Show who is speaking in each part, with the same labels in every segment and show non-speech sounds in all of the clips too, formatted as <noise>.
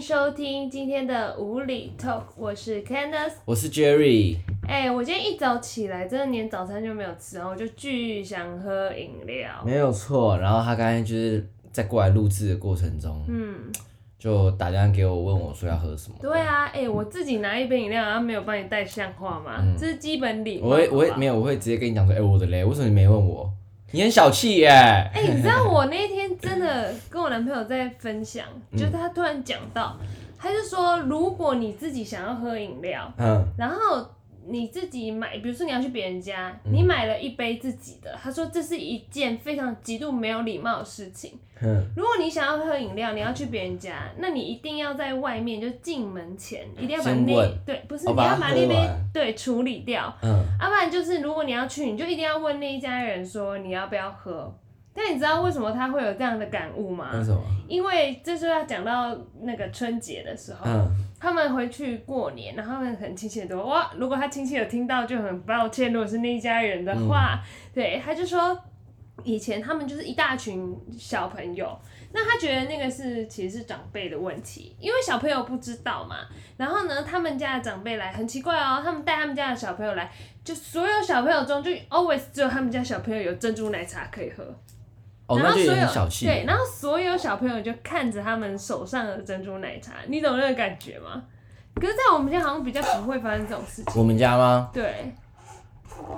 Speaker 1: 收听今天的无理 Talk，我是 Candice。
Speaker 2: 我是 Jerry，
Speaker 1: 哎、我今天一早起来，真的连早餐就没有吃，然后我就巨想喝饮料。
Speaker 2: 没有错。然后他刚才就是在过来录制的过程中，
Speaker 1: 嗯，
Speaker 2: 就打电话给我问我说要喝什么。
Speaker 1: 对啊，哎、我自己拿一杯饮料，然后没有帮你带像话吗？这是基本礼貌。
Speaker 2: 嗯我会我会
Speaker 1: 好吧
Speaker 2: 没有，我会直接跟你讲说，哎、我的嘞，为什么你没问我？你很小气耶、
Speaker 1: 哎、你知道我那天真的跟我男朋友在分享，
Speaker 2: 嗯
Speaker 1: 就是他突然讲到，他就说，如果你自己想要喝饮料，
Speaker 2: 嗯，
Speaker 1: 然后你自己买，比如说你要去别人家，
Speaker 2: 嗯
Speaker 1: 你买了一杯自己的，他说这是一件非常极度没有礼貌的事情。
Speaker 2: 哼，
Speaker 1: 如果你想要喝饮料，你要去别人家，那你一定要在外面，就进门前一定要把
Speaker 2: 先
Speaker 1: 那
Speaker 2: 问
Speaker 1: 对，不是
Speaker 2: 哦
Speaker 1: 你
Speaker 2: 把
Speaker 1: 要
Speaker 2: 它
Speaker 1: 把
Speaker 2: 喝
Speaker 1: 那杯
Speaker 2: 完
Speaker 1: 对处理掉。啊
Speaker 2: 嗯，
Speaker 1: 要、不然就是，如果你要去，你就一定要问那一家人说你要不要喝。但你知道为什么他会有这样的感悟吗？
Speaker 2: 那什么？
Speaker 1: 因为这就要讲到那个春节的时候，
Speaker 2: 嗯，
Speaker 1: 他们回去过年，然后他们很亲切的说哇，如果他亲戚有听到就很抱歉，如果是那一家人的话，对，他就说以前他们就是一大群小朋友，那他觉得那个是其实是长辈的问题，因为小朋友不知道嘛。然后呢，他们家的长辈来很奇怪哦，他们带他们家的小朋友来，就所有小朋友中就 always 只有他们家小朋友有珍珠奶茶可以喝，
Speaker 2: 哦，
Speaker 1: 然
Speaker 2: 那
Speaker 1: 后所
Speaker 2: 就有
Speaker 1: 有
Speaker 2: 点小气。
Speaker 1: 对，然后所有小朋友就看着他们手上的珍珠奶茶，你懂那个感觉吗？可是，在我们家好像比较不会发生这种事情，
Speaker 2: 我们家吗？
Speaker 1: 对，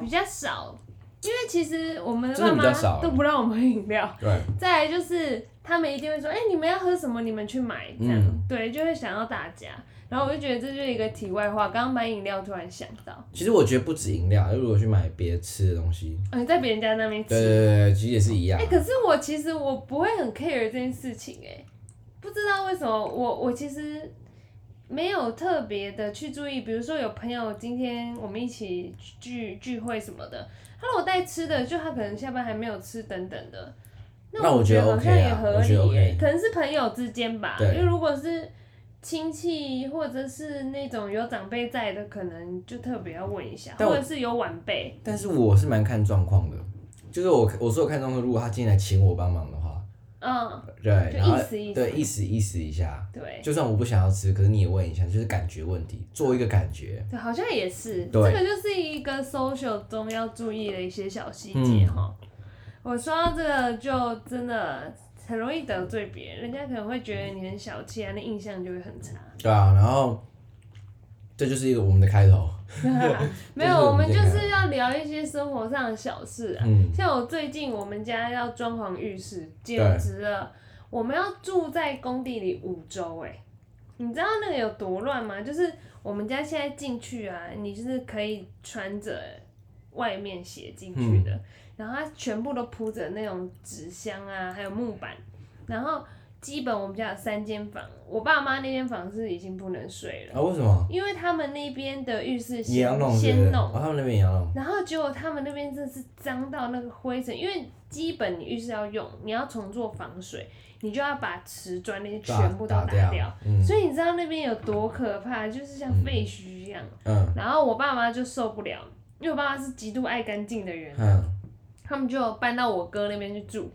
Speaker 1: 比较少，因为其实我们的
Speaker 2: 真的
Speaker 1: 爸
Speaker 2: 比较少
Speaker 1: 妈都不让我们喝饮料。
Speaker 2: 对，
Speaker 1: 再来就是他们一定会说，哎、你们要喝什么？你们去买，这样、
Speaker 2: 嗯
Speaker 1: 对，就会想到大家。然后我就觉得这就是一个题外话，刚刚买饮料突然想到，
Speaker 2: 其实我觉得不止饮料，如果去买别的吃的东西，
Speaker 1: 嗯、在别人家那边
Speaker 2: 对对
Speaker 1: 吃，
Speaker 2: 对对，其实也是一样
Speaker 1: 哎、。可是我其实我不会很 care 这件事情、哎，不知道为什么我我其实没有特别的去注意，比如说有朋友今天我们一起聚聚会什么的，他如果带吃的，就他可能下班还没有吃等等的。
Speaker 2: 那我觉得
Speaker 1: 好像
Speaker 2: OK 啊
Speaker 1: 也合
Speaker 2: 我觉
Speaker 1: 理、
Speaker 2: 得 OK
Speaker 1: 可能是朋友之间吧。
Speaker 2: 对
Speaker 1: 因为如果是亲戚或者是那种有长辈在的，可能就特别要问一下，
Speaker 2: 但我
Speaker 1: 或者是有晚辈。
Speaker 2: 但是我是蛮看状况的，就是我我说我看状况，如果他进来请我帮忙的话，
Speaker 1: 嗯，
Speaker 2: 对，
Speaker 1: 就
Speaker 2: 然后
Speaker 1: 意思意思
Speaker 2: 对意思意思一下，
Speaker 1: 对。
Speaker 2: 就算我不想要吃，可是你也问一下，就是感觉问题，做一个感觉。
Speaker 1: 对，好像也是，这
Speaker 2: 对
Speaker 1: 个就是一个 social 中要注意的一些小细节
Speaker 2: 嗯
Speaker 1: 哈、我说到这个，就真的很容易得罪别人，人家可能会觉得你很小气啊，那印象就会很差。
Speaker 2: 对啊，然后这就是一个我们的开头。
Speaker 1: <laughs> 没有，我们就是要聊一些生活上的小事啊。
Speaker 2: 嗯，
Speaker 1: 像我最近我们家要装潢浴室，简
Speaker 2: 对
Speaker 1: 直了！我们要住在工地里五周哎、你知道那个有多乱吗？就是我们家现在进去啊，你就是可以穿着外面鞋进去的，
Speaker 2: 嗯
Speaker 1: 然后它全部都铺着那种纸箱啊，还有木板，然后基本我们家有三间房，我爸妈那间房是已经不能睡了，
Speaker 2: 啊，为什么？
Speaker 1: 因为他们那边的浴室
Speaker 2: 也要
Speaker 1: 先
Speaker 2: 弄是不
Speaker 1: 先
Speaker 2: 是？
Speaker 1: 弄
Speaker 2: 哦，。他们那边也要弄。
Speaker 1: 然后结果他们那边真的是脏到那个灰尘，因为基本你浴室要用，你要重做防水，你就要把瓷砖那些
Speaker 2: 打
Speaker 1: 全部都打
Speaker 2: 打掉嗯
Speaker 1: 所以你知道那边有多可怕，就是像废墟一样。
Speaker 2: 嗯
Speaker 1: 然后我爸妈就受不了，因为我爸妈是极度爱干净的人，
Speaker 2: 嗯，
Speaker 1: 他们就搬到我哥那边去住。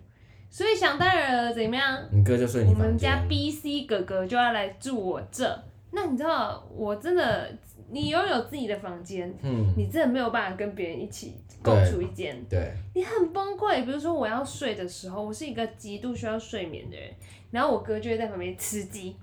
Speaker 1: 所以想当然了，怎么样？
Speaker 2: 你哥就睡
Speaker 1: 我
Speaker 2: 你
Speaker 1: 们
Speaker 2: 房
Speaker 1: 家
Speaker 2: 间。
Speaker 1: B C 哥哥就要来住我这。那你知道，我真的，你拥有自己的房间，
Speaker 2: 嗯，
Speaker 1: 你真的没有办法跟别人一起共处一间，
Speaker 2: 对，
Speaker 1: <laughs> 你很崩溃。比如说我要睡的时候，我是一个极度需要睡眠的人，然后我哥就会在旁边吃鸡，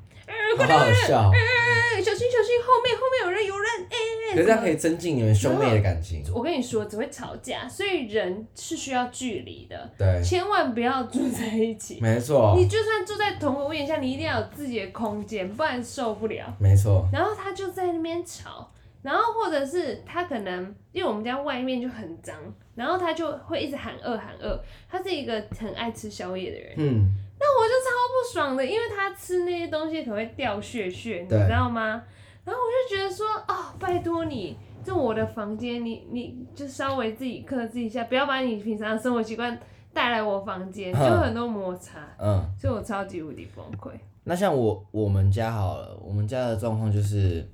Speaker 2: 好好笑。哦
Speaker 1: <laughs> 哎、小心小心，后面后面有人有人，哎、
Speaker 2: 可是这样可以增进你们兄妹的感情。
Speaker 1: 我跟你说只会吵架，所以人是需要距离的，<laughs>
Speaker 2: 对，
Speaker 1: 千万不要住在一起。
Speaker 2: 没错，
Speaker 1: 你就算住在同个屋檐下，你一定要有自己的空间，不然受不了。
Speaker 2: 没错。
Speaker 1: 然后他就在那边吵，然后或者是他可能因为我们家外面就很脏，然后他就会一直喊饿喊饿。他是一个很爱吃宵夜的人，
Speaker 2: 嗯，
Speaker 1: 那我就超不爽的，因为他吃那些东西可能会掉屑屑，你
Speaker 2: 对
Speaker 1: 知道吗？然后我就觉得说，哦，拜托你，这我的房间，你你就稍微自己克制一下，不要把你平常的生活习惯带来我房间，就
Speaker 2: 嗯
Speaker 1: 很多摩擦，
Speaker 2: 嗯。
Speaker 1: 所以我超级无敌崩溃。
Speaker 2: 那像我我们家好了，我们家的状况就是，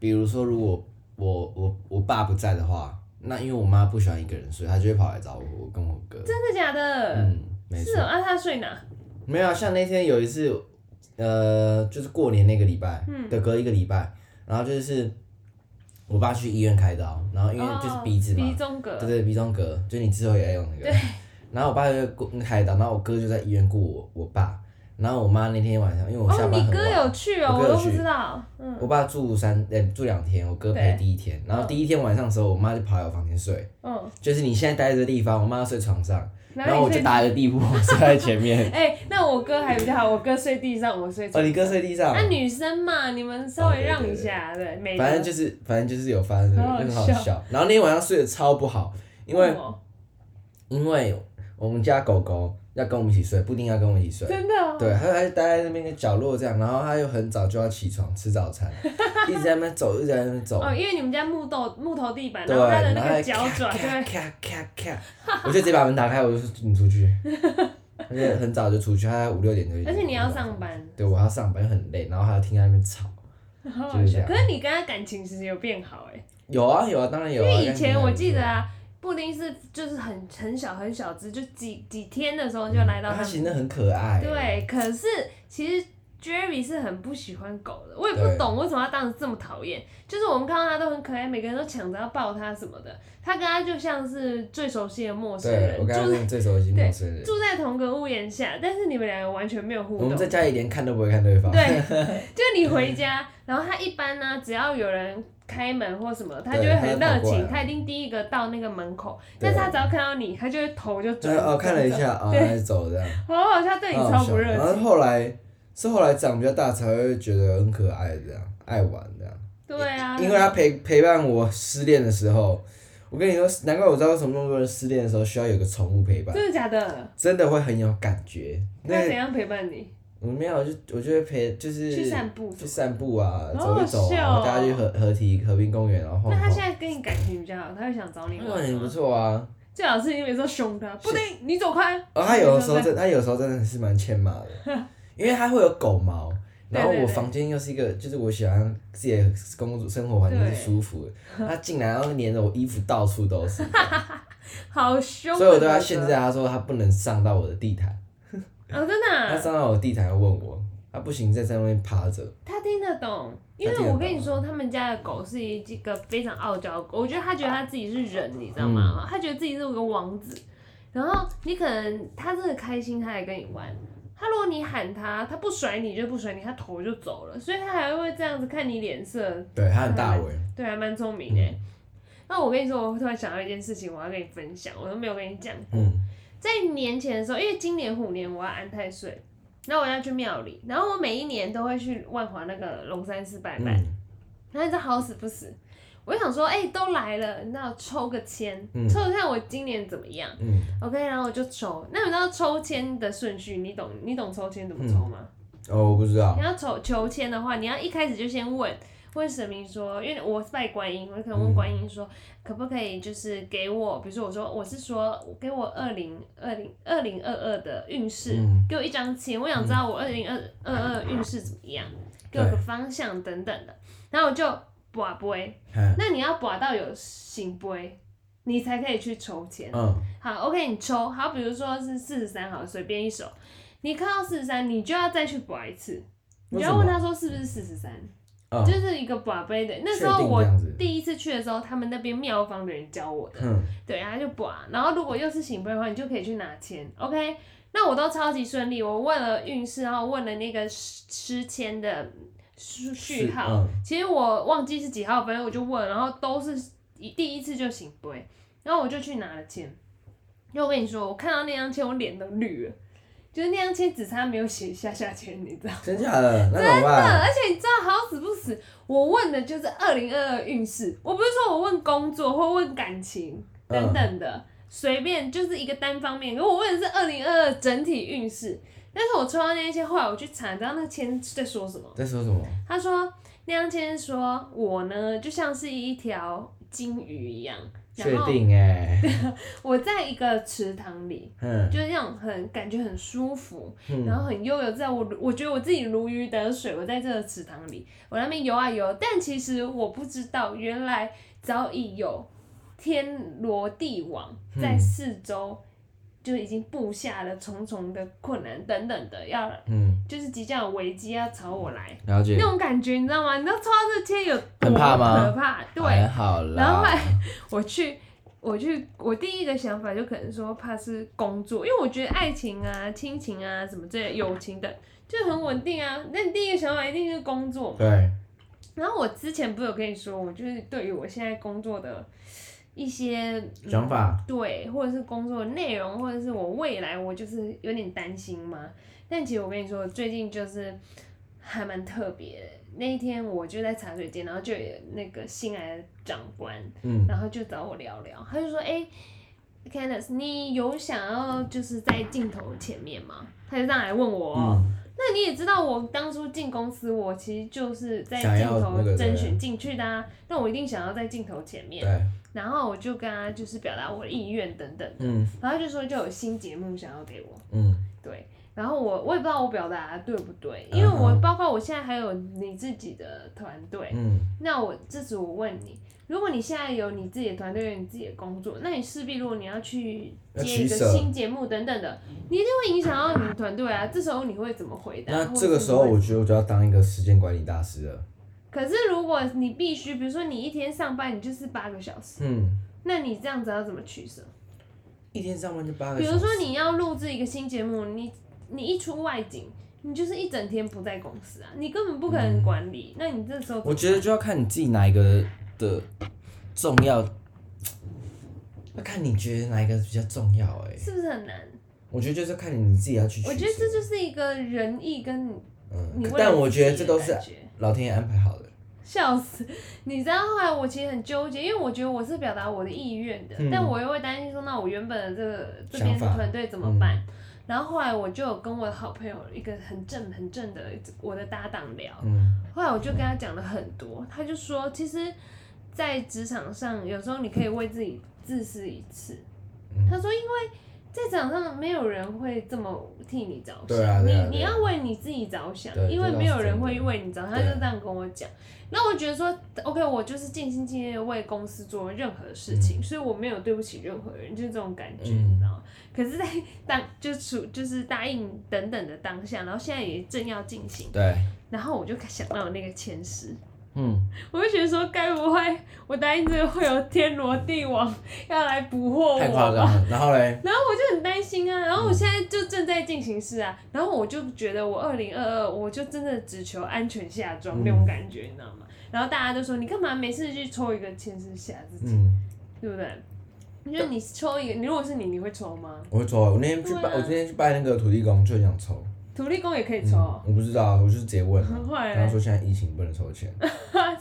Speaker 2: 比如说如果我我我爸不在的话，那因为我妈不喜欢一个人睡，她就会跑来找我，我跟我哥。
Speaker 1: 真的假的？
Speaker 2: 嗯，没错
Speaker 1: 是。哦，啊，他睡哪？
Speaker 2: 没有啊，像那天有一次，呃，就是过年那个礼拜
Speaker 1: 嗯
Speaker 2: 的隔一个礼拜，然后就是我爸去医院开刀，然哦后因为就是鼻子嘛，
Speaker 1: 哦鼻中隔，
Speaker 2: 对对，鼻中隔，就是你之后也要用那个。 <laughs> 然后我爸就过开刀，然后我哥就在医院顾我我爸，然后我妈那天晚上，因为我下
Speaker 1: 哦，
Speaker 2: 班
Speaker 1: 你
Speaker 2: 很晚，
Speaker 1: 哥有去哦，
Speaker 2: 我
Speaker 1: 我
Speaker 2: 哥有
Speaker 1: 都
Speaker 2: 去
Speaker 1: 不知道。嗯，
Speaker 2: 我爸住三呃、住两天，我哥陪
Speaker 1: 对
Speaker 2: 第一天，然后第一天晚上的时候，我妈就跑来我房间睡，
Speaker 1: 嗯，
Speaker 2: 就是你现在待着的地方，我妈睡床上，
Speaker 1: 然
Speaker 2: 然后
Speaker 1: 后
Speaker 2: 我
Speaker 1: 你
Speaker 2: 就
Speaker 1: 睡，
Speaker 2: 打了个地铺，我睡在前面。
Speaker 1: 哎、那我哥还比较好，我哥睡地上，我 <laughs> 啊睡
Speaker 2: 哦，
Speaker 1: 床。
Speaker 2: 你哥睡地上
Speaker 1: 那、，女生嘛，你们稍
Speaker 2: 哦
Speaker 1: 微让一下，对，每
Speaker 2: 反正就是反正就是有发生这个，
Speaker 1: 很好
Speaker 2: 就很好
Speaker 1: 笑
Speaker 2: 笑。然后那天晚上睡得超不好，因为
Speaker 1: 哦
Speaker 2: 因为我们家狗狗要跟我们一起睡，布丁要跟我们一起睡，
Speaker 1: 真的、哦，
Speaker 2: 对，他就他就待在那边一个角落这样，然后他又很早就要起床吃
Speaker 1: <laughs>
Speaker 2: 早餐，一直在那边走，一直在那边走，
Speaker 1: 哦，因为你们家木头木头地板，
Speaker 2: 对，
Speaker 1: 然后它的
Speaker 2: 然
Speaker 1: 那
Speaker 2: 后
Speaker 1: 个
Speaker 2: 还
Speaker 1: 脚爪
Speaker 2: 咔
Speaker 1: 就会，
Speaker 2: 咔咔咔咔，我就直接把门打开，我就说你出去， <laughs> 而且很早就出去，他五六点就已经，
Speaker 1: 而且你要上，班，
Speaker 2: 对我要上班又很累，然后还要听他那边吵，
Speaker 1: 好
Speaker 2: 就
Speaker 1: 好
Speaker 2: 是这
Speaker 1: 笑。
Speaker 2: 样
Speaker 1: 哦可是你跟他感情其实有变好哎、
Speaker 2: 有啊有啊，当然有啊，
Speaker 1: 因为以
Speaker 2: 但是
Speaker 1: 前
Speaker 2: 很
Speaker 1: 我
Speaker 2: 不
Speaker 1: 记
Speaker 2: 错
Speaker 1: 得。啊，布丁是就是很很小很小只，就几几天的时候就来到
Speaker 2: 啊
Speaker 1: 他
Speaker 2: 他
Speaker 1: 们
Speaker 2: 其实很可爱，，
Speaker 1: 对，可是其实 Jerry 是很不喜欢狗的，我也不
Speaker 2: 对
Speaker 1: 懂为什么他当时这么讨厌。就是我们看到他都很可爱，每个人都抢着要抱他什么的，他跟他就像是最熟悉的陌生
Speaker 2: 对
Speaker 1: 人，
Speaker 2: 我
Speaker 1: 住
Speaker 2: 刚刚
Speaker 1: 在
Speaker 2: 是最熟悉陌生人，
Speaker 1: 住在同个屋檐下，但是你们两个完全没有互
Speaker 2: 我
Speaker 1: 动
Speaker 2: 们。在家里连看都不会看对方，
Speaker 1: 对，
Speaker 2: <laughs>
Speaker 1: 就你回家，然后他一般呢、只要有人开门或什么，他就
Speaker 2: 对
Speaker 1: 会很
Speaker 2: 他
Speaker 1: 热
Speaker 2: 就跑过来
Speaker 1: 情，
Speaker 2: 了
Speaker 1: 他一定第一个到那个门口。
Speaker 2: 对
Speaker 1: 但是他只要看到你，他就会头就
Speaker 2: 就
Speaker 1: 转。
Speaker 2: 是哦看了一
Speaker 1: 转，
Speaker 2: 下啊，
Speaker 1: 对
Speaker 2: 还是走这样，
Speaker 1: 好好笑，对你
Speaker 2: 很好
Speaker 1: 超不
Speaker 2: 笑
Speaker 1: 热
Speaker 2: 然后
Speaker 1: 情。
Speaker 2: 后来是后来长比较大才会觉得很可爱这样，爱玩这样，
Speaker 1: 对啊，
Speaker 2: 因为他陪陪伴我失恋的时候，我跟你说，难怪我知道为什么那么多人失恋的时候需要有个宠物陪伴，
Speaker 1: 真的假的？
Speaker 2: 真的会很有感觉。
Speaker 1: 他
Speaker 2: 那
Speaker 1: 怎
Speaker 2: 个
Speaker 1: 样陪伴你？
Speaker 2: 我没有，就我就会陪，就是
Speaker 1: 去散步
Speaker 2: 去。散步啊，
Speaker 1: 好
Speaker 2: 走
Speaker 1: 好
Speaker 2: 一走啊，
Speaker 1: 笑
Speaker 2: 然后大家去
Speaker 1: 哦
Speaker 2: 河河堤河滨公园，然后
Speaker 1: 那
Speaker 2: 晃
Speaker 1: 他
Speaker 2: 晃
Speaker 1: 现。在跟你感情比较好，他会想找你
Speaker 2: 哦那
Speaker 1: 玩
Speaker 2: 很不
Speaker 1: 吗？
Speaker 2: 错啊。
Speaker 1: 最好是因为说凶他，不对，你走开。
Speaker 2: 哦，他有的时候
Speaker 1: 对 <laughs>
Speaker 2: 真，他有时候真的是蛮欠骂的，因为他会有
Speaker 1: <laughs>
Speaker 2: 狗毛，然后
Speaker 1: 对对
Speaker 2: 我
Speaker 1: 对
Speaker 2: 房间又是一个，就是我喜欢自己的工作生活环境
Speaker 1: 对
Speaker 2: 是舒服的，他进来然后黏着我衣服到处都是，
Speaker 1: 好凶。
Speaker 2: 所以我对他限制。他说他不能上到我的地毯，
Speaker 1: 哦，真的
Speaker 2: 他
Speaker 1: 啊，
Speaker 2: 上到我的地毯要问我，他不行在上面趴着，
Speaker 1: 他听得懂，因
Speaker 2: 他
Speaker 1: 为
Speaker 2: 听得
Speaker 1: 我
Speaker 2: 懂
Speaker 1: 跟你说，他们家的狗是一个非常傲娇的狗，我觉得他觉得他自己是人，你知道
Speaker 2: 嗯
Speaker 1: 吗？他觉得自己是个王子。然后你可能他真的开心，他来跟你玩。他如果你喊他，他不甩你就不甩你，他头就走了，所以他还会这样子看你脸色，
Speaker 2: 对他很大尾，
Speaker 1: 对，还蛮聪明
Speaker 2: 嗯
Speaker 1: 哎。那我跟你说，我突然想到一件事情，我要跟你分享，我都没有跟你讲。
Speaker 2: 嗯，
Speaker 1: 在年前的时候，因为今年虎年我要安太岁，然后我要去庙里，然后我每一年都会去万华那个龙山寺拜拜。
Speaker 2: 嗯，
Speaker 1: 但是这好死不死，我就想说，哎、都来了，那抽个签，
Speaker 2: 嗯
Speaker 1: 抽一下我今年怎么样
Speaker 2: 嗯，
Speaker 1: ？OK，然后我就抽。那你知道抽签的顺序，你懂你懂抽签怎么抽吗？
Speaker 2: 哦，我不知道
Speaker 1: 你，要求求签的话，你要一开始就先问问神明说，因为我是拜观音，我就可能问观音说，可不可以就是给我，比如说我说我是说给我二零二零二零二二的运势，
Speaker 2: 嗯
Speaker 1: 给我一张签，我想知道我二零二二二运势怎么样，给我
Speaker 2: 对
Speaker 1: 个方向等等的，然后我就卜杯，
Speaker 2: 嗯
Speaker 1: 那你要卜到有醒杯，你才可以去抽签。
Speaker 2: 嗯，
Speaker 1: 好，OK，你抽好，比如说是四十三，好，随便一手，你看到四十三，你就要再去刮一次，你就要问他说是不是四十三，
Speaker 2: 嗯
Speaker 1: 就是一个刮杯的。那时
Speaker 2: 确
Speaker 1: 候
Speaker 2: 定
Speaker 1: 我
Speaker 2: 这样子
Speaker 1: 第一次去的时候，他们那边庙方的人教我的，
Speaker 2: 嗯，
Speaker 1: 对，然后就刮，然后如果又是醒杯的话，你就可以去拿签，OK。那我都超级顺利，我问了运势，然后问了那个诗诗签的序序
Speaker 2: 是
Speaker 1: 号，
Speaker 2: 嗯
Speaker 1: 其实我忘记是几号，反正我就问，然后都是一第一次就醒杯，然后我就去拿了签。因为我跟你说，我看到那张签，我脸都绿了，就是那张签只差没有写下下签，你知道吗？
Speaker 2: 真假的，那怎么办？
Speaker 1: <laughs> 而且你知道好死不死，我问的就是二零二二运势，我不是说我问工作或问感情等等的，随、便就是一个单方面，可我问的是二零二二整体运势。但是我抽到那些，后来我去查，你知道那个签在说什么吗？
Speaker 2: 在说什么？
Speaker 1: 他说那样先说我呢就像是一条金鱼一样，
Speaker 2: 确
Speaker 1: 然后
Speaker 2: 定哎，
Speaker 1: 我在一个池塘里，
Speaker 2: 嗯
Speaker 1: 就是那种很感觉很舒服，然
Speaker 2: 嗯，
Speaker 1: 后很悠游自在。我我觉得我自己如鱼得水，我在这个池塘里，我在那边游啊游，但其实我不知道，原来早已有天罗地网在
Speaker 2: 嗯
Speaker 1: 四周就已经布下了重重的困难等等的，要
Speaker 2: 嗯，
Speaker 1: 就是即将有危机要朝我来，
Speaker 2: 了解
Speaker 1: 那。种感觉你知道吗？你知道抽到这签有多
Speaker 2: 很怕吗
Speaker 1: 可怕，对，
Speaker 2: 还好啦。
Speaker 1: 然后后来 <laughs> 我去，我去，我第一个想法就可能说怕是工作，因为我觉得爱情啊、亲情啊什么这些友情的就很稳定啊。那你第一个想法一定是工作嘛。
Speaker 2: 对，
Speaker 1: 然后我之前不是有跟你说，我就是对于我现在工作的一些嗯
Speaker 2: 想法
Speaker 1: 对，或者是工作的内容，或者是我未来，我就是有点担心嘛。但其实我跟你说，最近就是还蛮特别的。那一天我就在茶水间，然后就有那个新来的长官，
Speaker 2: 嗯
Speaker 1: 然后就找我聊聊，他就说：“哎、c a n d a c e 你有想要就是在镜头前面吗？”他就这样来问我哦、
Speaker 2: 嗯，
Speaker 1: 那你也知道，我当初进公司，我其实就是在
Speaker 2: 想
Speaker 1: 镜
Speaker 2: 要
Speaker 1: 头
Speaker 2: 那个
Speaker 1: 甄
Speaker 2: 对
Speaker 1: 选进去的啊。那我一定想要在镜头前面，
Speaker 2: 嗯对，
Speaker 1: 然后我就跟他就是表达我的意愿等等，
Speaker 2: 嗯
Speaker 1: 然后他就说就有新节目想要给我，
Speaker 2: 嗯，
Speaker 1: 对。然后我我也不知道我表达对不对，因为我
Speaker 2: 嗯哼
Speaker 1: 包括我现在还有你自己的团队，
Speaker 2: 嗯，
Speaker 1: 那我这次我问你，如果你现在有你自己的团队，有你自己的工作，那你势必如果你要去
Speaker 2: 要
Speaker 1: 接一个
Speaker 2: 取舍
Speaker 1: 新节目等等的，你一定会影响到你的团队啊。这时候你会怎么回答？
Speaker 2: 那
Speaker 1: 或者
Speaker 2: 这个
Speaker 1: 是
Speaker 2: 时候
Speaker 1: 你会
Speaker 2: 我觉得我就要当一个时间管理大师了。
Speaker 1: 可是如果你必须，比如说你一天上班你就是八个小时，
Speaker 2: 嗯，
Speaker 1: 那你这样子要怎么取舍？
Speaker 2: 一天上班就八个
Speaker 1: 比
Speaker 2: 小时。
Speaker 1: 如说你要录制一个新节目，你你一出外景，你就是一整天不在公司啊，你根本不可能管理。那你这时候怎么
Speaker 2: 嗯我觉得就要看你自己哪一个的重要，要看你觉得哪一个比较重要哎、
Speaker 1: 是不是很难？
Speaker 2: 我觉得就是看你自己要去取舍。
Speaker 1: 我觉得这就是一个仁义跟你你
Speaker 2: 嗯
Speaker 1: 为，了
Speaker 2: 但我觉得
Speaker 1: 自
Speaker 2: 这
Speaker 1: 己的
Speaker 2: 都是
Speaker 1: 感觉
Speaker 2: 老天爷安排好的。
Speaker 1: 笑死！你知道后来我其实很纠结，因为我觉得我是表达我的意愿的，
Speaker 2: 嗯
Speaker 1: 但我又会担心说，那我原本的这个这
Speaker 2: 想
Speaker 1: 边
Speaker 2: 法嗯
Speaker 1: 团队怎么办？然后后来我就有跟我的好朋友一个很正很正的我的搭档聊，
Speaker 2: 嗯
Speaker 1: 后来我就跟他讲了很多，他就说，其实，在职场上有时候你可以为自己自私一次。
Speaker 2: 嗯
Speaker 1: 他说，因为在职场上没有人会这么替你着想，
Speaker 2: 对啊对啊
Speaker 1: 你你
Speaker 2: 对啊
Speaker 1: 要为你自己着想
Speaker 2: 对，
Speaker 1: 因为
Speaker 2: 这倒
Speaker 1: 没有
Speaker 2: 是
Speaker 1: 人
Speaker 2: 真的
Speaker 1: 会为你着想。他就
Speaker 2: 对
Speaker 1: 这样跟我讲，那我觉得说，OK，我就是尽心尽力地为公司做任何事情，所以我没有对不起任何人，就是这种感觉，
Speaker 2: 嗯
Speaker 1: 你知道吗？可是在当就处就是答应等等的当下，然后现在也正要进行。
Speaker 2: 对，
Speaker 1: 然后我就想到那个前世，
Speaker 2: 嗯，
Speaker 1: 我就觉得说，该不会我答应这个会有天罗地网要来捕获
Speaker 2: 太
Speaker 1: 我
Speaker 2: 夸张
Speaker 1: 吧？
Speaker 2: 了。然后嘞，
Speaker 1: 然后我就很担心啊，然后我现在就正在进行式啊，然后我就觉得我二零二二，我就真的只求安全下装
Speaker 2: 嗯
Speaker 1: 那种感觉，你知道吗？然后大家都说你干嘛没事去抽一个前世吓自己，
Speaker 2: 嗯，
Speaker 1: 对不对？你觉得你抽一个，你如果是你，你会抽吗？
Speaker 2: 我会抽。我那天去
Speaker 1: 对
Speaker 2: 拜，
Speaker 1: 啊
Speaker 2: 我今天去拜那个土地公，就很想抽。
Speaker 1: 土地公也可以
Speaker 2: 嗯
Speaker 1: 抽，嗯
Speaker 2: 我不知道，我就是直接问啊。
Speaker 1: 很坏
Speaker 2: 然后
Speaker 1: 嘞，
Speaker 2: 说现在疫情不能抽签。
Speaker 1: <laughs>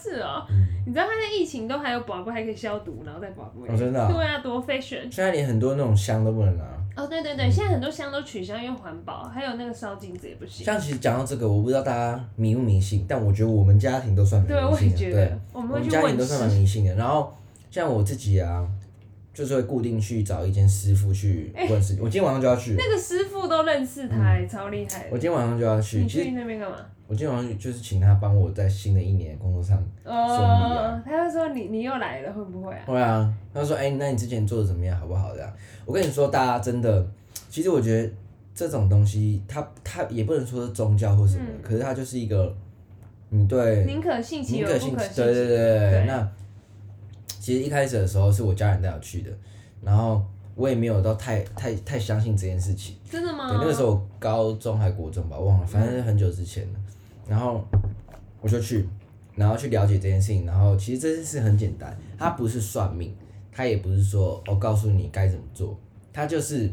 Speaker 1: 是哦。
Speaker 2: 嗯，
Speaker 1: 你知道他在疫情都还有宝贝，还可以消毒，然后再宝贝。
Speaker 2: 哦，真的啊、
Speaker 1: 对啊，多 fashion！
Speaker 2: 现在连很多那种香都不能拿。
Speaker 1: 哦，对对对，
Speaker 2: 嗯
Speaker 1: 现在很多香都取消，因为环保，还有那个烧金子也不行。
Speaker 2: 像其实讲到这个，我不知道大家迷不迷信，但我觉得我们家庭都算蛮
Speaker 1: 对，我
Speaker 2: 迷
Speaker 1: 也
Speaker 2: 信的。
Speaker 1: 觉
Speaker 2: 对
Speaker 1: 得，，我
Speaker 2: 我
Speaker 1: 们会去
Speaker 2: 家庭
Speaker 1: 问
Speaker 2: 都算蛮
Speaker 1: 事。
Speaker 2: 迷信的。然后像我自己啊，就是会固定去找一间师傅去问事情。我今天晚上就要去，
Speaker 1: 哎那个师傅都认识他，哎超厉害
Speaker 2: 嗯我
Speaker 1: 的。
Speaker 2: 今天晚上就要去。
Speaker 1: 你
Speaker 2: 其
Speaker 1: 去
Speaker 2: 实
Speaker 1: 那边干嘛？
Speaker 2: 我今天晚上就是请他帮我在新的一年工作上。利
Speaker 1: 哦
Speaker 2: 啊，
Speaker 1: 他就说你你又来了，会不会啊？
Speaker 2: 会啊，他说：“哎、那你之前做的怎么样，好不好？”这样，我跟你说，大家真的，其实我觉得这种东西，它它也不能说是宗教或什么的，
Speaker 1: 嗯
Speaker 2: 可是它就是一个你对
Speaker 1: 宁可信其
Speaker 2: 宁
Speaker 1: 有，
Speaker 2: 可
Speaker 1: 不
Speaker 2: 信
Speaker 1: 可
Speaker 2: 其对
Speaker 1: 信其
Speaker 2: 对对对
Speaker 1: 对
Speaker 2: 对。那其实一开始的时候是我家人带我去的，然后我也没有到太太太相信这件事情。
Speaker 1: 真的吗？
Speaker 2: 对，那个时候我高中还国中吧，忘了，反正是很久之前了。然后我就去，然后去了解这件事情。然后其实这件事很简单，它不是算命，它也不是说我、哦、告诉你该怎么做，它就是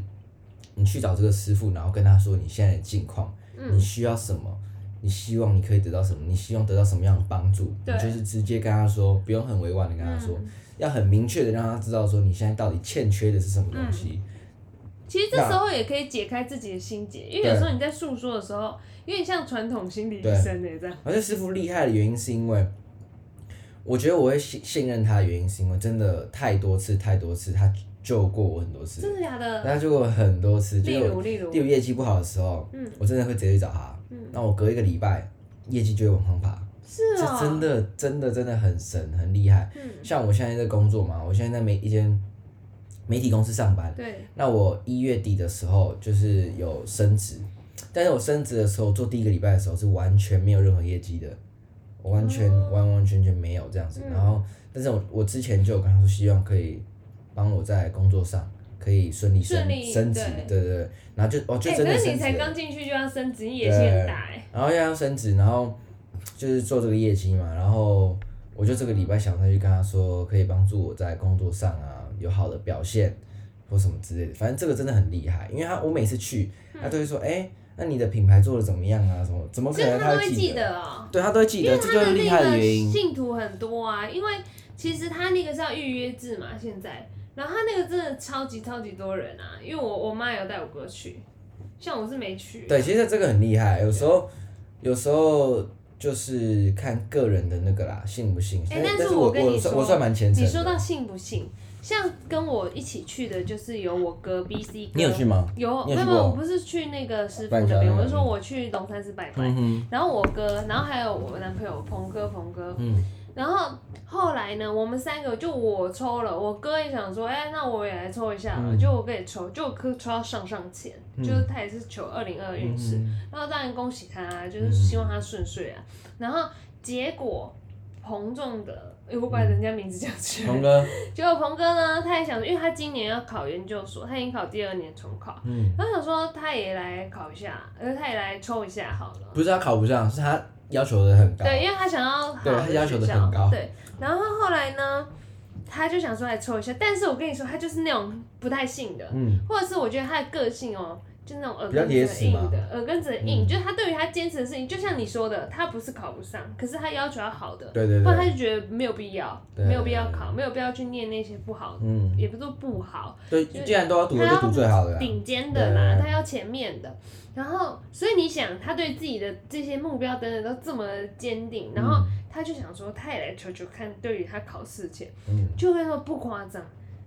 Speaker 2: 你去找这个师傅，然后跟他说你现在的境况，你需要什么。你希望你可以得到什么？你希望得到什么样的帮助？你
Speaker 1: 对
Speaker 2: 就是直接跟他说，不用很委婉的跟他说，
Speaker 1: 嗯
Speaker 2: 要很明确的让他知道说你现在到底欠缺的是什么东西。
Speaker 1: 其实这时候也可以解开自己的心结，因为有时候你在诉说的时候，有点像传统心理医生欸的这样。
Speaker 2: 而且师傅厉害的原因是因为，我觉得我会信信任他的原因是因为真的太多次太多次，他救过我很多次，
Speaker 1: 真的假的？
Speaker 2: 他救过我很多次，就
Speaker 1: 例
Speaker 2: 是
Speaker 1: 如例如嗯
Speaker 2: 我，例如业绩不好的时候，我真的会直接去找他，那我隔一个礼拜业绩就会往上爬，
Speaker 1: 是
Speaker 2: 这
Speaker 1: 哦，嗯
Speaker 2: 真的真的真的很神很厉害。像我现在在工作嘛，我现在在每一间媒体公司上班。
Speaker 1: 对，
Speaker 2: 那我一月底的时候就是有升职，但是我升职的时候做第一个礼拜的时候是完全没有任何业绩的，我完全、
Speaker 1: 哦
Speaker 2: 完完全全没有这样
Speaker 1: 嗯
Speaker 2: 子。然后，但是我我之前就有跟他说，希望可以帮我在工作上可以顺利升
Speaker 1: 顺利
Speaker 2: 升职，对
Speaker 1: 对
Speaker 2: 对对。然后就我就
Speaker 1: 哎、
Speaker 2: 真
Speaker 1: 可
Speaker 2: 的
Speaker 1: 是你
Speaker 2: 升职
Speaker 1: 才
Speaker 2: 了。
Speaker 1: 刚进去就要升职，你野心很大哎、
Speaker 2: 然后又要升职，然后就是做这个业绩嘛，然后我就这个礼拜想再去跟他说，可以帮助我在工作上啊有好的表现或什么之类的，反正这个真的很厉害，因为他我每次去，他都会说，哎、那你的品牌做的怎么样啊？什么？怎么可
Speaker 1: 所以
Speaker 2: 能
Speaker 1: 他都
Speaker 2: 会
Speaker 1: 会
Speaker 2: 记
Speaker 1: 记
Speaker 2: 得？
Speaker 1: 得哦、
Speaker 2: 对他都会记得，这就是厉害的原因。
Speaker 1: 信徒很多啊，因为其实他那个是要预约制嘛，现在，然后他那个真的超级超级多人啊，因为我我妈有带我哥去，像我是没去，
Speaker 2: 对，其实这个很厉害，有时候有时候就是看个人的那个啦，信不信？
Speaker 1: 哎但
Speaker 2: 但
Speaker 1: 是
Speaker 2: 但是
Speaker 1: 我
Speaker 2: 我
Speaker 1: 跟你
Speaker 2: 算
Speaker 1: 说
Speaker 2: 我算蛮虔诚
Speaker 1: 你
Speaker 2: 的。
Speaker 1: 说到信不信？像跟我一起去的就是有我哥 B、C 哥，
Speaker 2: 你有去吗？
Speaker 1: 有，
Speaker 2: 你
Speaker 1: 没有
Speaker 2: 有去
Speaker 1: 没有，
Speaker 2: 过
Speaker 1: 我不是去那个师傅
Speaker 2: 拜一下
Speaker 1: 那边，
Speaker 2: 那个
Speaker 1: 我是说我去龙山寺拜拜，
Speaker 2: 嗯哼，
Speaker 1: 然后我哥，然后还有我男朋友鹏哥，鹏哥，
Speaker 2: 嗯
Speaker 1: 然后后来呢，我们三个就我抽了，我哥也想说，哎、那我也来抽一下吧，
Speaker 2: 嗯
Speaker 1: 就我哥也抽，就我哥抽到上上签，
Speaker 2: 嗯
Speaker 1: 就是他也是求二零二运势，
Speaker 2: 嗯
Speaker 1: 然后当然恭喜他、啊就是希望他顺遂啊。然后结果彭仲的，哎、我把人家名字讲出来，
Speaker 2: 童哥，
Speaker 1: 结果彭哥呢，他也想说，因为他今年要考研究所，他已经考第二年重考，
Speaker 2: 嗯，
Speaker 1: 他想说他也来考一下，呃，他也来抽一下好了。
Speaker 2: 不是他考不上，是他要求的很高。
Speaker 1: 对，因为他想要好
Speaker 2: 对他要求
Speaker 1: 的
Speaker 2: 得
Speaker 1: 学校
Speaker 2: 很高
Speaker 1: 对，然后后来呢，他就想说来抽一下，但是我跟你说，他就是那种不太信的，
Speaker 2: 嗯，
Speaker 1: 或者是我觉得他的个性哦、就那种耳
Speaker 2: 比较
Speaker 1: 根
Speaker 2: 铁
Speaker 1: 子很
Speaker 2: 齿嘛嗯
Speaker 1: 硬的，耳根子很硬，就是他对于他坚持的事情，就像你说的，他不是考不上，可是他要求要好的，
Speaker 2: 对对
Speaker 1: 不然他
Speaker 2: 对，
Speaker 1: 就觉得没有必要，
Speaker 2: 对
Speaker 1: 没有必要考，没有必要去念那些不好的，
Speaker 2: 嗯，
Speaker 1: 也不是说不好，
Speaker 2: 对，
Speaker 1: 就是
Speaker 2: 既然都要读，就读最好的啦。
Speaker 1: 顶尖的
Speaker 2: 啊对对
Speaker 1: 啦，
Speaker 2: 对
Speaker 1: 他要前面的。然后，所以你想，他对自己的这些目标等等都这么坚定，然后他就想说，他也来求求看，对于他考试前，
Speaker 2: 嗯
Speaker 1: 就跟你说不夸张，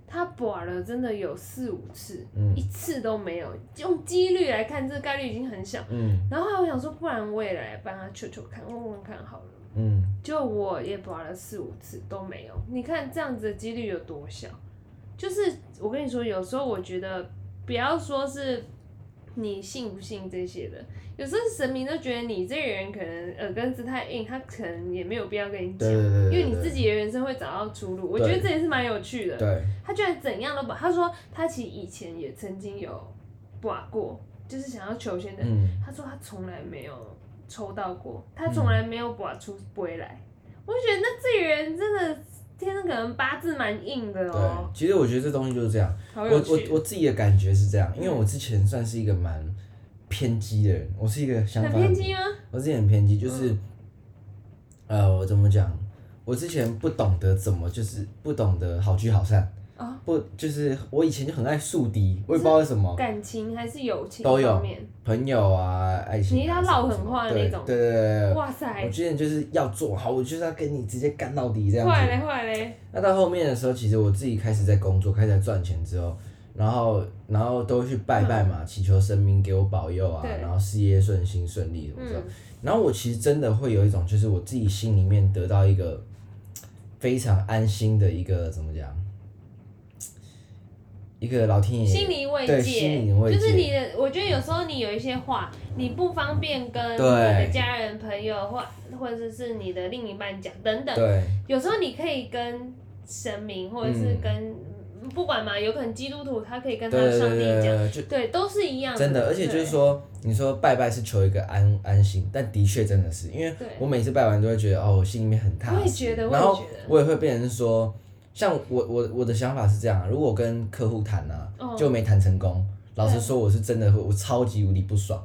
Speaker 1: 他拔了真的有四五次，
Speaker 2: 嗯
Speaker 1: 一次都没有。用几率来看，这个概率已经很小。
Speaker 2: 嗯
Speaker 1: 然后后来我想说，不然我也来帮他求求看，问问看好了。
Speaker 2: 嗯，
Speaker 1: 就我也拔了四五次都没有，你看这样子的几率有多小？就是我跟你说，有时候我觉得不要说是你信不信这些的，有时候神明都觉得你这个人可能耳根子太硬，他可能也没有必要跟你 <laughs> 讲
Speaker 2: 对，对对，
Speaker 1: 因
Speaker 2: 对
Speaker 1: 为你自己的人生会找到出路。我觉得这也是蛮有趣的。
Speaker 2: 对，
Speaker 1: 他居然怎样都把，他说他其实以前也曾经有拔过，就是想要求签的，
Speaker 2: 嗯，
Speaker 1: 他说他从来没有抽到过，他从来没有拔出回来。我就觉得那这个人真的天生可能八字蛮硬的哦、
Speaker 2: 对，其实我觉得这东西就是这样。
Speaker 1: 好
Speaker 2: 我
Speaker 1: 有
Speaker 2: 我
Speaker 1: 趣，
Speaker 2: 我自己的感觉是这样，因为我之前算是一个蛮偏激的人，我是一个想
Speaker 1: 很
Speaker 2: 法
Speaker 1: 偏激吗？
Speaker 2: 我之前很偏激，
Speaker 1: 嗯
Speaker 2: 就是，呃，我怎么讲？我之前不懂得怎么，就是不懂得好聚好散。
Speaker 1: 啊
Speaker 2: 不，就是我以前就很爱树敌，我也不知道为什么，
Speaker 1: 感情还是友情
Speaker 2: 都有
Speaker 1: 方面？
Speaker 2: 朋友啊，爱情啊。
Speaker 1: 你一定要
Speaker 2: 什么
Speaker 1: 唠
Speaker 2: 什
Speaker 1: 狠
Speaker 2: 么
Speaker 1: 话的
Speaker 2: 对
Speaker 1: 那种
Speaker 2: 对对对对对。
Speaker 1: 哇
Speaker 2: 我
Speaker 1: 塞，
Speaker 2: 之前就是要做好，我就是要跟你直接干到底这样
Speaker 1: 坏
Speaker 2: 子。
Speaker 1: 嘞坏嘞，
Speaker 2: 那到后面的时候，其实我自己开始在工作，开始在赚钱之后，然后然后都会去拜拜嘛，祈求神明给我保佑啊
Speaker 1: 嗯对，
Speaker 2: 然后事业顺心顺利什么之类的。
Speaker 1: 嗯，
Speaker 2: 然后我其实真的会有一种，就是我自己心里面得到一个嘖非常安心的一个怎么讲，嘖一个老天爷
Speaker 1: 心理慰
Speaker 2: 对
Speaker 1: 藉
Speaker 2: 心理。慰藉
Speaker 1: 就是你的，我觉得有时候你有一些话，你不方便跟你
Speaker 2: 对
Speaker 1: 的家人、朋友或或者是你的另一半讲等等，
Speaker 2: 对
Speaker 1: 有时候你可以跟神明，或者是跟、嗯不管嘛，有可能基督徒他可以跟他
Speaker 2: 对
Speaker 1: 的
Speaker 2: 对
Speaker 1: 上
Speaker 2: 对
Speaker 1: 帝
Speaker 2: 对
Speaker 1: 讲，
Speaker 2: 对，就
Speaker 1: 对，都是一样
Speaker 2: 真的，而且就是说，你说拜拜是求一个安安心，但的确真的是，因为
Speaker 1: 对
Speaker 2: 我每次拜完都会觉得哦，我心里面很踏
Speaker 1: 我也
Speaker 2: 实，
Speaker 1: 觉得我也
Speaker 2: 然后
Speaker 1: 觉得
Speaker 2: 我也会变成是说，像我我我的想法是这样、啊，如果我跟客户谈啊，
Speaker 1: 嗯
Speaker 2: 就没谈成功，老实
Speaker 1: 对
Speaker 2: 说，我是真的会，我超级无敌不爽。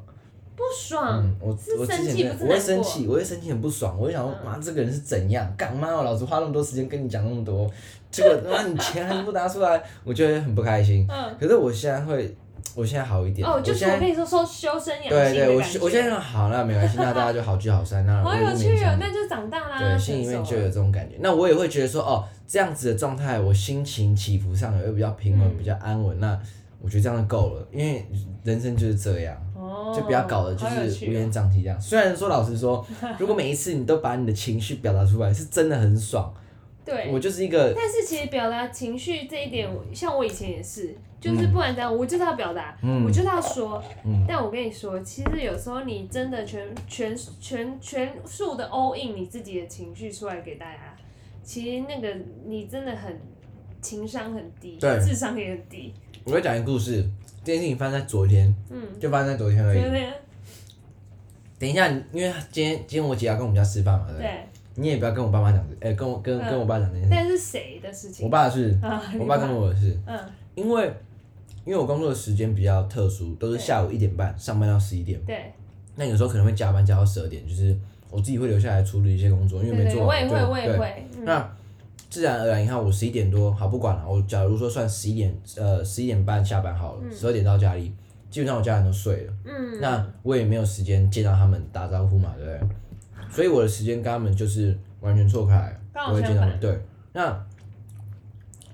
Speaker 1: 不爽，
Speaker 2: 嗯，我
Speaker 1: 是
Speaker 2: 我之
Speaker 1: 生
Speaker 2: 前
Speaker 1: 气
Speaker 2: 真的
Speaker 1: 不是
Speaker 2: 我会
Speaker 1: 难
Speaker 2: 生
Speaker 1: 过嗯
Speaker 2: 气，我会生气很不爽，我就想说，妈、这个人是怎样？干嘛我老子花那么多时间跟你讲那么多，结果他妈你钱还不拿出来，我就会很不开心。
Speaker 1: 嗯，
Speaker 2: 可是我现在会，我现在好一点，
Speaker 1: 哦，就是
Speaker 2: 现
Speaker 1: 我
Speaker 2: 在
Speaker 1: 跟你说说修身养性的
Speaker 2: 对
Speaker 1: 感
Speaker 2: 对，
Speaker 1: 觉，
Speaker 2: 我现我现在好那没关系，那大家就好聚好散，那
Speaker 1: <laughs> 好
Speaker 2: 我也
Speaker 1: 有
Speaker 2: 不
Speaker 1: 趣
Speaker 2: 勉
Speaker 1: 哦
Speaker 2: 强，
Speaker 1: 那就长大啦，啊
Speaker 2: 对，心里面
Speaker 1: 成熟
Speaker 2: 就
Speaker 1: 了
Speaker 2: 有这种感觉。那我也会觉得说，哦，这样子的状态，我心情起伏上也会比较平稳，
Speaker 1: 嗯
Speaker 2: 比较安稳。那我觉得这样就够了，因为人生就是这样。
Speaker 1: 哦，
Speaker 2: 就不要搞得就
Speaker 1: 好有
Speaker 2: 是
Speaker 1: 趣
Speaker 2: 乌
Speaker 1: 哦
Speaker 2: 烟瘴气
Speaker 1: <laughs>
Speaker 2: 这样。虽然说老实说，如果每一次你都把你的情绪表达出来，是真的很爽，
Speaker 1: 对，
Speaker 2: 我就是一个
Speaker 1: 但是其实表达情绪这一点，我像我以前也是，
Speaker 2: 嗯
Speaker 1: 就是不管怎样，我就是要表达，我就是要说。但我跟你说，其实有时候你真的全全全全数的 all in 你自己的情绪出来给大家，其实那个你真的很情商很低，
Speaker 2: 对
Speaker 1: 智商也很低，
Speaker 2: 我会讲一个故事，这件事情发生在昨天，
Speaker 1: 嗯，
Speaker 2: 就发生在昨天而
Speaker 1: 对
Speaker 2: 已
Speaker 1: 不。对？
Speaker 2: 等一下，因为今天今天我姐要跟我们家吃饭嘛，对不对？
Speaker 1: 对。
Speaker 2: 你也不要跟我爸妈讲这，哎、跟我跟
Speaker 1: 嗯
Speaker 2: 跟我爸讲这件事。
Speaker 1: 但是谁的事情
Speaker 2: 我？爸的事，
Speaker 1: 啊
Speaker 2: 我爸跟我的事，
Speaker 1: 嗯，
Speaker 2: 因为因为我工作的时间比较特殊，都是
Speaker 1: 对
Speaker 2: 下午一点半上班到十一点，
Speaker 1: <laughs> 对，
Speaker 2: 那有时候可能会加班加到十二点，就是我自己会留下来处理一些工作，因
Speaker 1: 对
Speaker 2: 为没
Speaker 1: 对，
Speaker 2: 做
Speaker 1: 我
Speaker 2: 完
Speaker 1: 也
Speaker 2: 就
Speaker 1: 会，我也
Speaker 2: 对。
Speaker 1: 会，嗯
Speaker 2: 那自然而然，你看我十一点多，好不管了，我假如说算十一点，呃，十一点半下班好了，十二点到家里，基本上我家人都睡了，
Speaker 1: 嗯，
Speaker 2: 那我也没有时间见到他们打招呼嘛，对不对？所以我的时间跟他们就是完全错开来，
Speaker 1: 刚
Speaker 2: 我
Speaker 1: 好
Speaker 2: 会
Speaker 1: 相
Speaker 2: 见到他们。
Speaker 1: 反，
Speaker 2: 对，那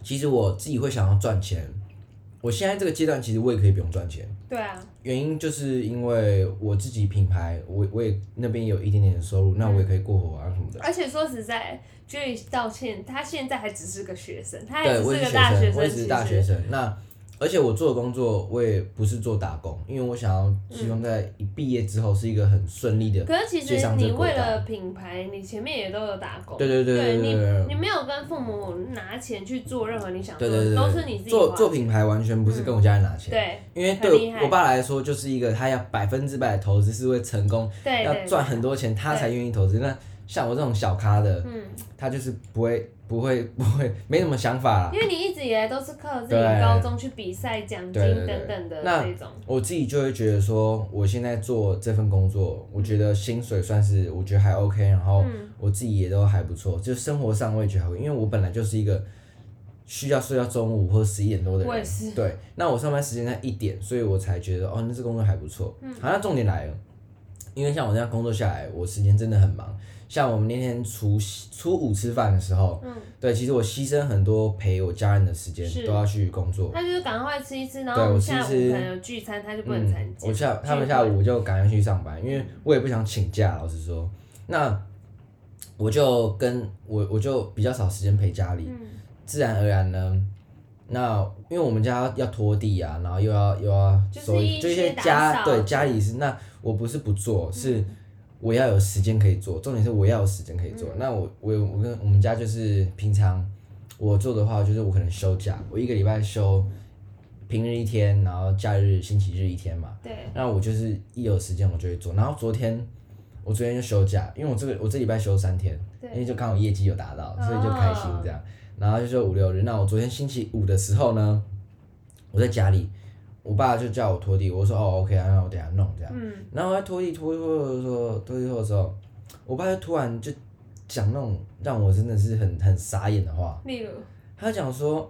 Speaker 2: 其实我自己会想要赚钱，我现在这个阶段其实我也可以不用赚钱。
Speaker 1: 对啊，
Speaker 2: 原因就是因为我自己品牌，我我也那边有一点点的收入，那
Speaker 1: 嗯
Speaker 2: 我也可以过活啊什么的。
Speaker 1: 而且说实在，Joy 道歉，他现在还只是个学生，他还
Speaker 2: 对，
Speaker 1: 只
Speaker 2: 我也
Speaker 1: 个
Speaker 2: 是
Speaker 1: 大
Speaker 2: 学
Speaker 1: 学
Speaker 2: 生，我也只
Speaker 1: 其
Speaker 2: 是
Speaker 1: 实
Speaker 2: 大学生。那而且我做的工作，我也不是做打工，因为我想要
Speaker 1: 嗯
Speaker 2: 希望在一毕业之后是一个很顺利的。
Speaker 1: 可是其实
Speaker 2: 追上这
Speaker 1: 你
Speaker 2: 个轨
Speaker 1: 为
Speaker 2: 道
Speaker 1: 了品牌，你前面也都有打工，
Speaker 2: 对对对对
Speaker 1: 你
Speaker 2: 对对
Speaker 1: 你没有跟父母拿钱去做任何你想做
Speaker 2: 对
Speaker 1: 的，
Speaker 2: 对对，
Speaker 1: 都是你自己
Speaker 2: 做
Speaker 1: 花
Speaker 2: 做品牌完全不是跟我家人拿钱，
Speaker 1: 对
Speaker 2: 因为
Speaker 1: 很厉
Speaker 2: 对
Speaker 1: 害
Speaker 2: 我爸来说就是一个他要百分之百的投资是会成功，
Speaker 1: 对
Speaker 2: 要
Speaker 1: 对
Speaker 2: 赚很多钱他才愿意投资。那像我这种小咖的，
Speaker 1: 嗯，
Speaker 2: 他就是不会不会不会没什么想法啦。
Speaker 1: 因为你一直以来都是靠自己
Speaker 2: 对
Speaker 1: 高中去比赛、奖金
Speaker 2: 对对对
Speaker 1: 等等的
Speaker 2: 那
Speaker 1: 这种，
Speaker 2: 我自己就会觉得说，我现在做这份工作，我觉得薪水算是我觉得还 OK，然后
Speaker 1: 嗯
Speaker 2: 我自己也都还不错，就生活上我也觉得还 OK，因为我本来就是一个需要睡到中午或十一点多的
Speaker 1: 我也
Speaker 2: 人，
Speaker 1: 是，
Speaker 2: 对，那我上班时间在一点，所以我才觉得哦，那这工作还不错。
Speaker 1: 嗯
Speaker 2: 好，那重点来了，因为像我这样工作下来，我时间真的很忙。像我们那天初初五吃饭的时候，
Speaker 1: 嗯
Speaker 2: 对，其实我牺牲很多陪我家人的时间
Speaker 1: 是，
Speaker 2: 都要去工作。
Speaker 1: 他就是赶快吃一吃，然后
Speaker 2: 对
Speaker 1: 我们
Speaker 2: 我
Speaker 1: 下午
Speaker 2: 其实
Speaker 1: 可能有聚餐，他就不能参
Speaker 2: 嗯，
Speaker 1: 加。
Speaker 2: 我下他
Speaker 1: 聚
Speaker 2: 们
Speaker 1: 会
Speaker 2: 下午就赶紧去上班，因为我也不想请假，老实说，那我就跟我我就比较少时间陪家里，
Speaker 1: 嗯
Speaker 2: 自然而然呢，那因为我们家要拖地啊，然后又要又要
Speaker 1: 就是
Speaker 2: 收
Speaker 1: 一
Speaker 2: 就一
Speaker 1: 些
Speaker 2: 些
Speaker 1: 打
Speaker 2: 家
Speaker 1: 扫嗯
Speaker 2: 对家里是，那我不是不做，是我要有时间可以做，重点是我要有时间可以
Speaker 1: 嗯
Speaker 2: 做。那我我我跟我们家就是平常我做的话，就是我可能休假，我一个礼拜休平日一天，然后假日星期日一天嘛。
Speaker 1: 对，
Speaker 2: 那我就是一有时间我就会做。然后昨天我昨天就休假，因为我这个我这礼拜休三天，
Speaker 1: 对
Speaker 2: 因为就刚好业绩有达到，
Speaker 1: 哦
Speaker 2: 所以就开心这样。然后就休五六日。那我昨天星期五的时候呢，我在家里，我爸就叫我拖地，我说哦 OK 啊，那我等一下弄这样。
Speaker 1: 嗯，
Speaker 2: 然后我在拖地拖一拖的时候，拖一拖的时候，我爸就突然就讲那种让我真的是很很傻眼的话，
Speaker 1: 例如，
Speaker 2: 他就讲说，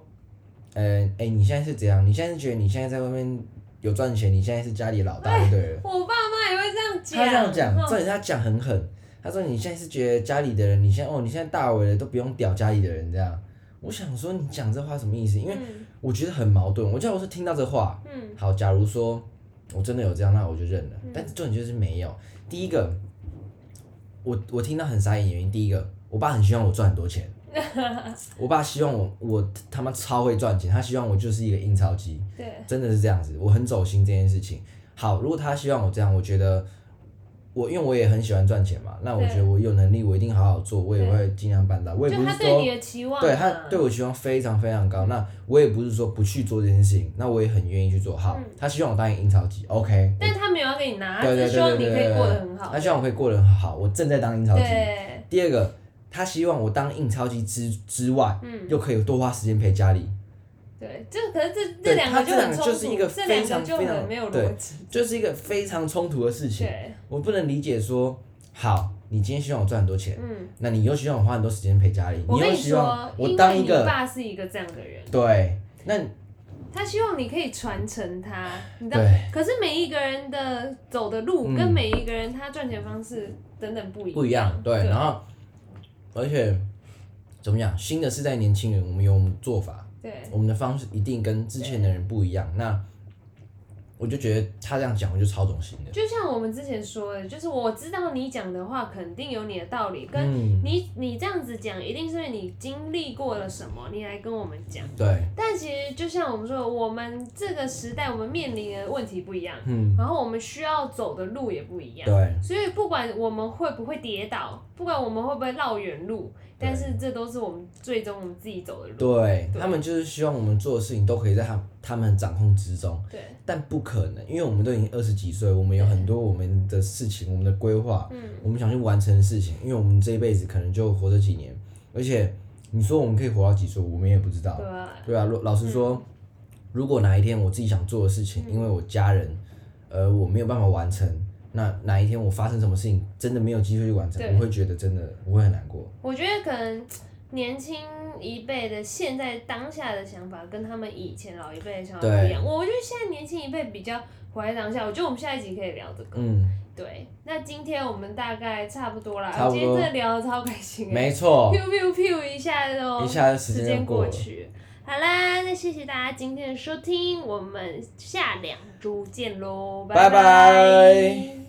Speaker 2: 呃，哎、你现在是怎样？你现在是觉得你现在在外面有赚钱，你现在是家里老大就
Speaker 1: <laughs>
Speaker 2: 对了。
Speaker 1: 我爸妈也会这样讲，
Speaker 2: 他这样讲，
Speaker 1: 嗯
Speaker 2: 重点是他讲很狠。他说你现在是觉得家里的人，你现在哦，你现在大尾了都不用屌家里的人这样。我想说你讲这话什么意思？因为
Speaker 1: 嗯
Speaker 2: 我觉得很矛盾。我假如是听到这话，
Speaker 1: 嗯，
Speaker 2: 好，假如说我真的有这样，那我就认了。但是重点就是没有。第一个，我我听到很傻眼的原因，第一个，我爸很希望我赚很多
Speaker 1: <laughs>
Speaker 2: 钱。我爸希望我我他妈超会赚钱，他希望我就是一个印钞机。
Speaker 1: 对，
Speaker 2: 真的是这样子，我很走心这件事情。好，如果他希望我这样，我觉得我因为我也很喜欢赚钱嘛，那我
Speaker 1: 对
Speaker 2: 觉得我有能力，我一定好好做，我也
Speaker 1: 对
Speaker 2: 会尽量办到。我也
Speaker 1: 就
Speaker 2: 不是
Speaker 1: 他对
Speaker 2: 说
Speaker 1: 你的期望嘛，啊
Speaker 2: 对他对我期望非常非常高，那我也不是说不去做这件事情，那我也很愿意去做。好，
Speaker 1: 嗯
Speaker 2: 他希望我当一个印钞机，OK，
Speaker 1: 但他没有要给你拿，他
Speaker 2: 对
Speaker 1: 只
Speaker 2: 对
Speaker 1: 是
Speaker 2: 对
Speaker 1: 希望
Speaker 2: 对
Speaker 1: 你
Speaker 2: 对
Speaker 1: 可以
Speaker 2: 对
Speaker 1: 过
Speaker 2: 对
Speaker 1: 得很好
Speaker 2: 他。希望我可以过得很好，我正在当印钞机。
Speaker 1: 对，
Speaker 2: 第二个，他希望我当印钞机之之外，
Speaker 1: 嗯
Speaker 2: 又可以多花时间陪家里，
Speaker 1: 对，这可是这这
Speaker 2: 对
Speaker 1: 两
Speaker 2: 他
Speaker 1: 个
Speaker 2: 这
Speaker 1: 就
Speaker 2: 两
Speaker 1: 很
Speaker 2: 个
Speaker 1: 冲
Speaker 2: 就是一
Speaker 1: 突，
Speaker 2: 个
Speaker 1: 这
Speaker 2: 非
Speaker 1: 两个
Speaker 2: 常
Speaker 1: 就
Speaker 2: 非常
Speaker 1: 很没有
Speaker 2: 对
Speaker 1: 逻辑。
Speaker 2: 就是一个非常冲突的事情。
Speaker 1: 对，
Speaker 2: 我不能理解说，好，你今天希望我赚很多钱，
Speaker 1: 嗯，
Speaker 2: 那你又希望我花很多时间陪家里，
Speaker 1: 我
Speaker 2: 你
Speaker 1: 跟
Speaker 2: 又
Speaker 1: 你
Speaker 2: 希望
Speaker 1: 说，
Speaker 2: 我
Speaker 1: 因
Speaker 2: 当
Speaker 1: 为
Speaker 2: 一
Speaker 1: 你
Speaker 2: 个
Speaker 1: 爸是一个这样的人，
Speaker 2: 对，那
Speaker 1: 他希望你可以传承他，你知道。
Speaker 2: 对
Speaker 1: 可是每一个人的走的路
Speaker 2: 嗯
Speaker 1: 跟每一个人他赚钱方式等等不一
Speaker 2: 不一样，对，然后而且怎么讲，新的世代年轻人，我们有我们的做法，
Speaker 1: 对
Speaker 2: 我们的方式一定跟之前的人不一样。那我就觉得他这样讲，我就超中心的。
Speaker 1: 就像我们之前说的，就是我知道你讲的话肯定有你的道理，跟
Speaker 2: 嗯，
Speaker 1: 你你这样子讲，一定是因为你经历过了什么，你来跟我们讲。
Speaker 2: 对，
Speaker 1: 但其实就像我们说的，我们这个时代我们面临的问题不一样，
Speaker 2: 嗯，
Speaker 1: 然后我们需要走的路也不一样。
Speaker 2: 对，
Speaker 1: 所以不管我们会不会跌倒，不管我们会不会绕远路，
Speaker 2: 对
Speaker 1: 但是这都是我们最终我们自己走的路。
Speaker 2: 对
Speaker 1: 对
Speaker 2: 他们就是希望我们做的事情都可以在他他们掌控之中，
Speaker 1: 对，
Speaker 2: 但不可能，因为我们都已经二十几岁，我们有很多我们的事情，我们的规划，
Speaker 1: 嗯，
Speaker 2: 我们想去完成的事情，因为我们这一辈子可能就活这几年，而且你说我们可以活到几岁，我们也不知道
Speaker 1: 对。啊，
Speaker 2: 对啊，如老实说，如果哪一天我自己想做的事情，因为我家人，呃，我没有办法完成，那哪一天我发生什么事情，真的没有机会去完成，
Speaker 1: 对
Speaker 2: 我会觉得真的我会很难过。
Speaker 1: 我觉得可能年轻一辈的现在当下的想法，跟他们以前老一辈的想法不一样。我我觉得现在年轻一辈比较活在当下。我觉得我们下一集可以聊这个。
Speaker 2: 嗯，
Speaker 1: 对，那今天我们大概差不多啦。
Speaker 2: 差不多
Speaker 1: 今天真的聊的超开心、欸，
Speaker 2: 没错，
Speaker 1: ，biu biu biu 一下哦，
Speaker 2: 一下子
Speaker 1: 时
Speaker 2: 时间
Speaker 1: 间
Speaker 2: 就过
Speaker 1: 过
Speaker 2: 了。
Speaker 1: 去。好啦，那谢谢大家今天的收听，我们下两周见喽，拜
Speaker 2: 拜拜